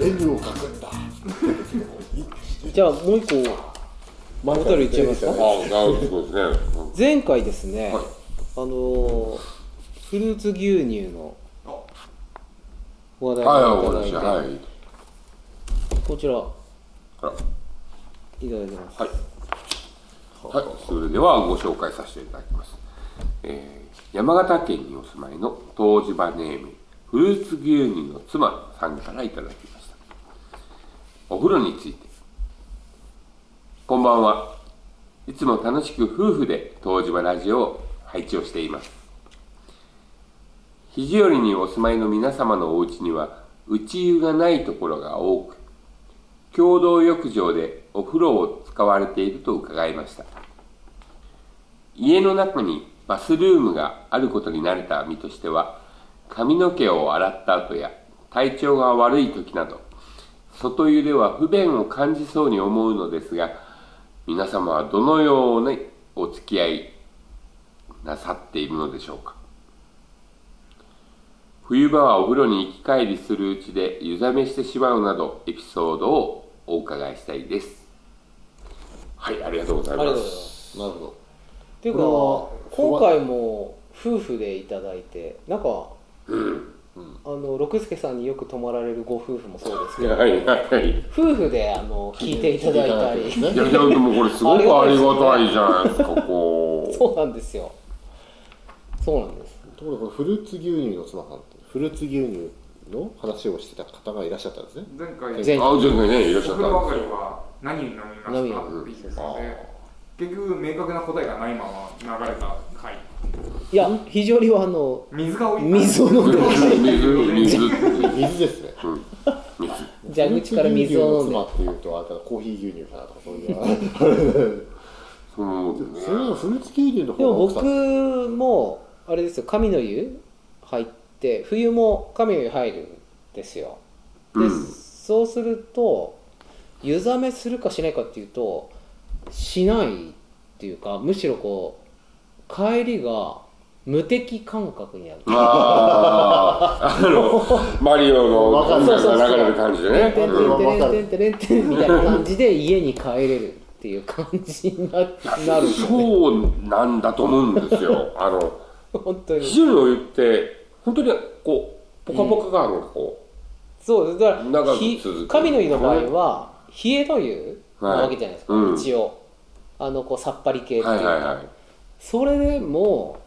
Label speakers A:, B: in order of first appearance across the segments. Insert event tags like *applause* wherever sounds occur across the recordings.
A: 円を描くんだ。
B: じゃあもう一個マグタルいっちゃいますか
C: あ、なるほどですね。
B: 前回ですね、
C: はい
B: あのーフルーツ牛乳のお話
C: はい、
B: 題を
C: 私
B: いただいて、
C: は、はい。
B: こちら
C: あら
B: いただいてます
C: はい。はい、それではご紹介させていただきます。えー山形県にお住まいの湯治場ネーム、フルーツ牛乳の妻さんからいただきました。お風呂について。こんばんは。いつも楽しく夫婦で湯治場ラジオを配置をしています。肘折にお住まいの皆様のお家には、内湯がないところが多く、共同浴場でお風呂を使われていると伺いました家の中にバスルームがあることに慣れた身としては髪の毛を洗った後や体調が悪い時など外湯では不便を感じそうに思うのですが皆様はどのようなお付き合いなさっているのでしょうか冬場はお風呂に行き帰りするうちで湯冷めしてしまうなどエピソードをお伺いしたいですはいありがとうござい
B: あり
C: ま
B: がとうございます
C: なるほど
B: っていうか
A: これは
B: 今回も夫婦でいただいてなんか、あの六輔さんによく泊まられるご夫婦もそうですけど
C: はいはい
B: 夫婦であの聞いていただいたり
A: 聞いていただいたりです
C: いや
A: ね
C: でもこれすごくありがたいじゃないですかこう
B: *laughs* そうなんですよそうなんです
A: ところがこのフルーツ牛乳の妻さんってフルーツ牛乳の話をしてた方がいらっしゃったんですね。
D: 前回
B: 前
C: あ全然ねいらっし
D: お
C: ゃったんで
D: 風呂上がりは何飲みますかって
B: 何
D: いう
B: を
D: ので結局明確な答えがないまま流れた回
B: いや非常にはあの
D: 水が多い
B: 水を飲んでほし
C: すよ水水
D: 水
A: 水ですね。
C: うん水
B: 蛇口から水を飲んで
A: フルーツ牛乳の妻っていうとあたコーヒー牛乳かなとかそう
B: *laughs*
A: いうのは。
C: そうです
A: それ
C: ね
A: のフルーツ牛乳の
B: で
A: 方が
B: も
A: 奥さん。
B: 僕もあれですよ神の湯入って冬も神の湯入るんですよで、
C: うん
B: そうすると湯冷めするかしないかっていうとしないっていうかむしろこう帰りが無敵感覚になる
C: あーあのマリオの
A: わか
C: 音
A: る
C: 楽が流れる感じで
B: てん
C: ね
B: てん
C: うん
B: てんてんてんてんてんみたいな感じで家に帰れるっていう感じにななるんですよね
C: そうなんだと思うんですよあの
B: 本当
C: 非常
B: に
C: にお湯って本当にこうポカポカ感がこ
B: そうですだか
C: 長く
B: らひ
C: 続く
B: 神の湯の場合は冷えの湯なわけじゃないですか、
C: はいうん、
B: 一応あのこうさっぱり系っていううか、
C: はいはいはい
B: それでも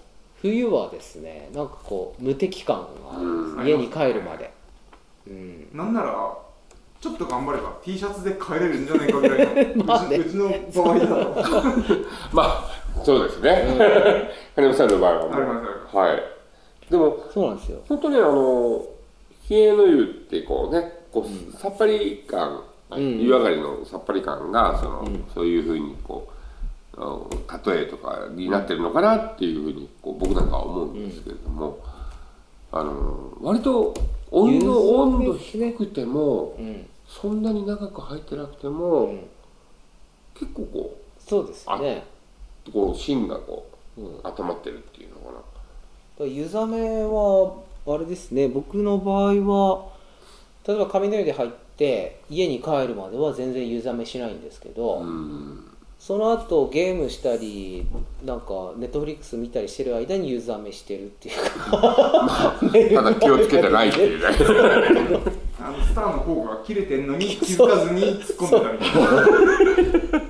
B: 冬はですねなんかこう無敵感があるんです、
D: うん
B: 家に帰るまで、うん、
D: なんならちょっと頑張れば T シャツで帰れるんじゃないかぐらい
B: *laughs*
D: の
B: まあね
D: うちの場合だと
C: まあそうですね、 *laughs* 金本さんの場合はも
D: ありますあり
C: うはいでも
B: そうなんですよ
C: 本当にあの冷えの湯ってこうねこう、さっぱり感、
B: うん
C: 湯上がりのさっぱり感がその、
B: うん
C: そういうふうにこうあの例えとかになってるのかなっていうふうにこう僕なんかは思うんですけれども、あの割とお湯の温度低くても、
B: うん、
C: そんなに長く入ってなくても、
B: うん、
C: 結構こ
B: そうですね
C: うこう芯がこう、
B: うん
C: 温まってるっていうのかな
B: 湯冷めはあれですね僕の場合は例えば神の湯で入って家に帰るまでは全然湯冷めしないんですけど、
C: うん
B: その後ゲームしたりなんかネットフリックス見たりしてる間にユーザーめしてるっていうか *laughs*
C: ただ気をつけてないっていうね
D: あのスターの方が切れてんのに気づかずに突っ込んでたみたいな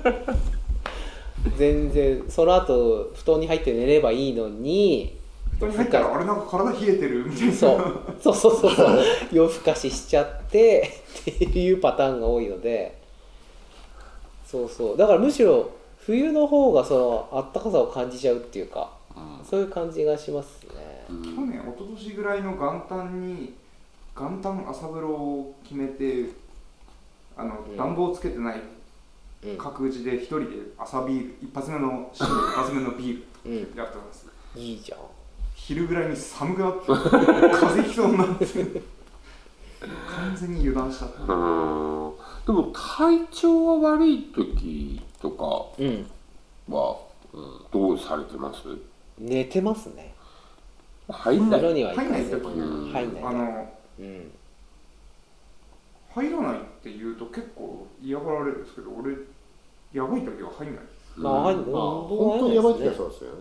B: 全然その後布団に入って寝ればいいのに
D: 布団に入ったらあれなんか体冷えてるみたいな
B: そうそうそうそうそう夜更かししちゃってっていうパターンが多いのでそうそうだからむしろ冬の方がそのあったかさを感じちゃうっていうかそういう感じがしますね
C: うん
D: 去年一昨年ぐらいの元旦に元旦朝風呂を決めてあの、
B: うん
D: 暖房つけてない
B: うん
D: 角打ちで一人で朝ビール一発目の新年一発目のビ
B: う
D: ー
B: ん
D: ルやったんです
B: いいじゃん
D: 昼ぐらいに寒くなって風邪ひきそうになって完全に油断した
C: うーんでも体調が悪い時とか
B: うん
C: は、どうされてます
B: 寝てますね
C: 入んな
B: 風
C: い
B: 呂には行
D: 入
B: か
D: んない
B: ず
D: ですよ
B: 入んない
D: あの
B: うん
D: 入らないって言うと結構嫌がられるんですけど俺やばい時は入んない、
B: まあ、入ん
A: まあ、
B: 運動は
A: 本当にやばい時はそうですよね。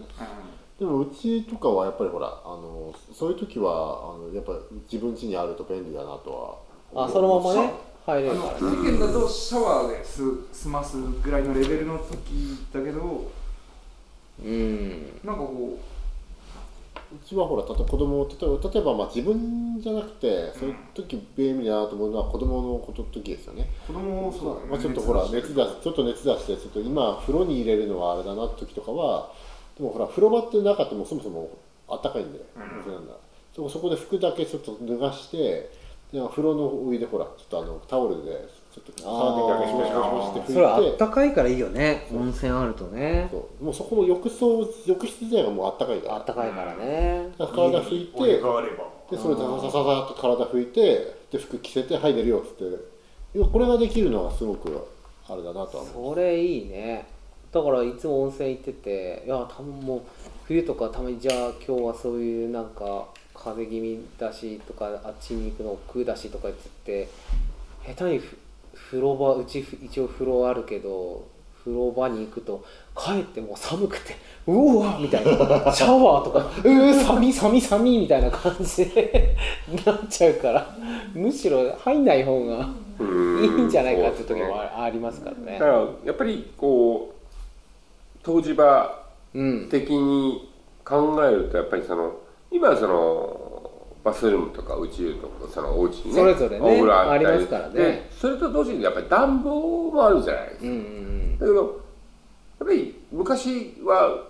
D: う
A: でもうちとかはやっぱりほらあのそういう時はあのやっぱ自分家にあると便利だなとは
B: あそのままね入れ
D: ん、あ
B: るから
D: の
B: ね
D: 世間だとシャワーです済ますぐらいのレベルの時だけど
B: うん
D: なんかこ
A: うちはほら例えば子供を例えば例えばまあ自分じゃなくてそういう時便利だなと思うのは子供のこと時ですよね、
D: う子供をそうだね、
A: まあ、ちょっとほら熱出
D: 出
A: す
D: し
A: ちょっと熱出してちょっと今風呂に入れるのはあれだなって時とかはでもほら風呂場って中ってもうそもそもあったかいんで、
D: うん
A: それなんだそこそこで服だけちょっと脱がしてで風呂のお湯でほらちょっとあのタオルでちょっと触ってガシガシガシガシって
B: それは
A: 拭
B: あ
A: い
B: ってたかいからいいよね
A: そう
B: 温泉あるとね
A: そうもうそこの浴槽浴室自体がもうあったかいから
B: あったかいからね
A: だから体拭いて
D: お湯があれば
A: でそれでささささっと体拭いてで服着せてはい出るよっつっていやこれができるのはすごくあれだなとは思う
B: それいいねだからいつも温泉行ってていや多分もう冬とかたまにじゃあ今日はそういうなんか風邪気味だしとかあっちに行くの億劫だしとか言ってて下手にふ風呂場うちふ一応風呂あるけど風呂場に行くと帰ってもう寒くてうおーみたいなシャワーとかうー寒い寒い寒いみたいな感じでなっちゃうからむしろ入んない方がい
C: い
B: いんじゃないかっていう時もあありますからね
C: だからやっぱりこう湯治場
B: うん
C: 的に考えるとやっぱりその今はそのバスルームとか宇宙とかそのお家にね
B: それぞれね
C: お風呂あった
B: ありますからね
C: でそれと同時にやっぱり暖房もあるじゃないですか、
B: うんうん
C: だけどやっぱり昔は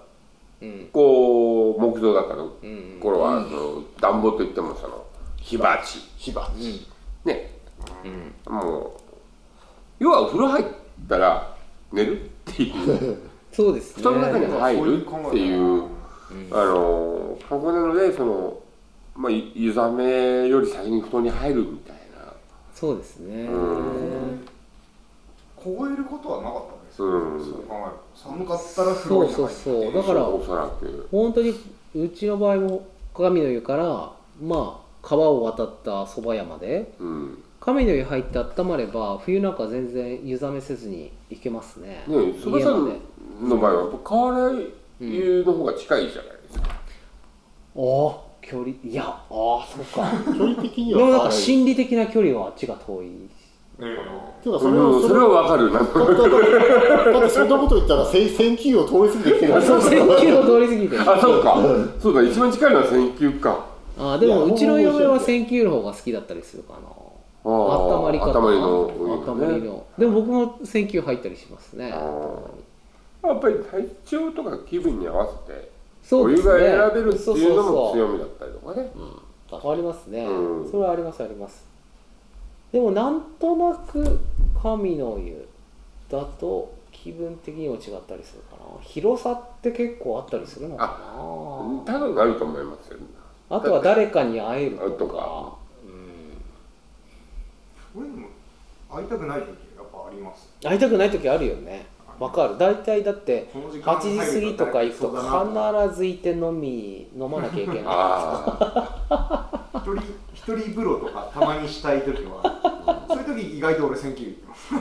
B: うん
C: こう木造だったの
B: うんうん
C: 頃は、あの暖房といってもその火鉢
A: 火鉢、
C: ね
B: うん
C: もう要はお風呂入ったら寝るっていう
B: そうですね
C: 布団の中に
D: そう
C: 入
D: いう
C: る
D: 考えだな
C: っていうあの感覚なのでその、まあ、ゆ湯冷めより先に布団に入るみたいな
B: そうですね
C: うん
D: 凍えることはなかったんですよ、
C: うん
D: そう考えると寒かったら風
B: そ
D: 呂
B: う
D: に入
B: そう
D: って
B: そうだから
C: おそらく
B: 本当にうちの場合も鏡の湯からまあ川を渡ったそば屋まで
C: うん
B: 神の湯入って温まれば冬なんか全然湯冷めせずに行けますね
C: ねそば
B: 家
C: さ
B: ま
C: ん
B: で
C: の場合はやっぱ河原湯の方が近いじゃないですか、
B: ああ距離いやああそうか
A: 距離的に
B: で
A: は
B: もなんか
A: はい
B: 心理的な距離はあっちが *laughs* 遠い
D: ね
A: ていうか
C: そ
A: そ
C: れ
A: れ
C: は
A: を
C: それはわかるな
A: だってだってそんなこと言ったらせ選球を通り過ぎてきてる *laughs*
B: そう選球の通り過ぎて
C: あそうかそうだ一番近いのは選球か
B: あーで
A: い
B: もう
A: や
B: ちの
A: ほんま
B: 嫁は
A: 面白
B: 選球の方が好きだったりするかな
C: あー
B: 頭り方
C: 頭りの
B: 頭りのでも僕も選球入ったりしますね
C: あーやっぱり体調とか気分に合わせて
B: そ
C: お
B: うで
C: 湯
B: す
C: が
B: ね
C: 選べるっていうのも
B: そうそう
C: 強みだったりとかね
B: そうありますね、
C: うん
B: それはありますありますでもなんとなく神の湯だと気分的にも違ったりするかな広さって結構あったりするのかなあ
C: 多分あると思いますよ
B: とは誰かに会えると
C: と
B: か
C: か
D: 俺でも会いたくない時やっぱあります
B: 会いたくない時あるよねわかる大体だって
D: この時間
B: 8時過ぎとか行く
D: そうだな
B: と必ずいて飲み飲まなきゃいけない
C: *laughs* あ
D: 一人一人風呂とかたまにしたい時
B: *laughs*
D: はそういう時意外と俺選球行ってます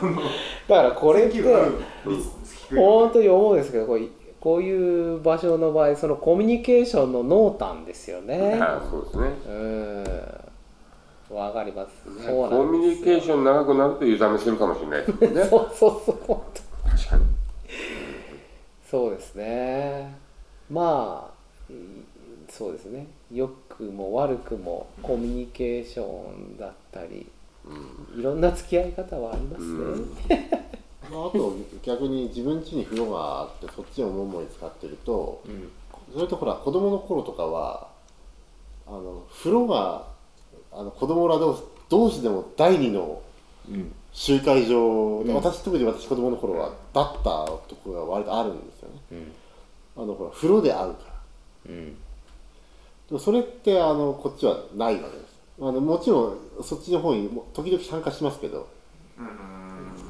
B: だからこれって
D: 選球ある率低い
B: 本当に思うんですけどこういこういう場所の場合そのコミュニケーションの濃淡ですよ
C: ー
B: *laughs* ね
C: あーそうですね
B: うんわかります
C: ね
B: そう
C: コ
B: なん
C: ミュ
B: で
C: ニ
B: す
C: ケー
B: よ
C: ション長くなると湯冷めするかもしれないですね
B: *laughs* そうそうそう本当
C: 確かに
B: そうですねまあいそうですね良くも悪くもコミュニケーションだったり、いろんな付き合い方はありますね、
C: うん
A: まああと逆に自分家に風呂があってそっちを思う思い使ってると
B: うん
A: それとほら子供の頃とかはあの風呂があの子供ら同士同士でも第二の
B: うん
A: 集会場、
B: うん
A: 私特に私子供の頃はだったところが割とあるんですよね
B: うん
A: あのほら風呂で会うか
B: う
A: ら
B: ん
A: でもそれってあのこっちはないわけですあのもちろんそっちの方にも時々参加しますけど
D: うん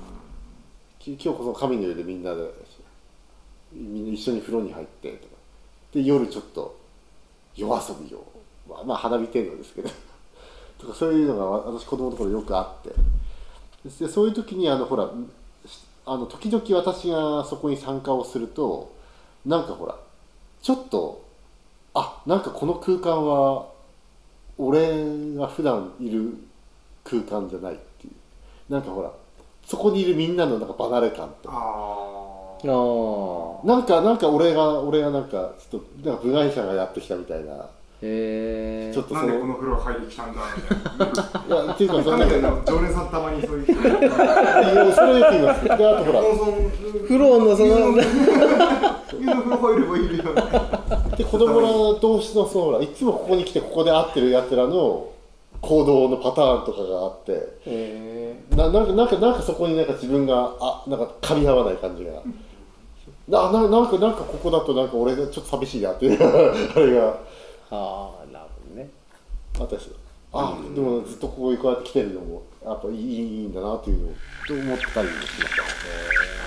A: き今日こそ神の湯でみんなでみんな一緒に風呂に入ってとかで夜ちょっと夜遊びを、 *laughs* まあ、まあ花火程度ですけどとかそういうのがわ私子供の頃よくあってでそういう時にあのほらしあの時々私がそこに参加をするとなんかほらちょっとあなんかこの空間は俺が普段いる空間じゃないっていうなんかほらそこにいるみんなのなんか離れ感と
D: あ
B: ああ
A: なんかなんか俺が俺がなんかちょっとなんか部外者がやってきたみたいな
B: へえ
A: ちょっと
D: な
A: そ
D: ん
A: の
D: でこの風呂入ってきたんだみたいない
A: やっていうかそ
D: な
A: うんな
D: だ
A: んか
D: け
A: いや
D: ど常連さんたまにそういう人いるから
A: それよく言いますであとほら
B: フローのその
D: 湯の風呂入ればいいよ
A: で子供ら同士のそのほらいつもここに来てここで会ってるやつらの行動のパターンとかがあって
B: へ
A: ななんかなんかなんかそこになんか自分があなんか噛み合わない感じがなななんかなんかここだとなんか俺がちょっと寂しいなっていうあれが
B: はあなるほどね
A: あったりするあでもずっとここにこうやって来てるのもやっぱいいいいんだなっていうのをと思ったりもしましたね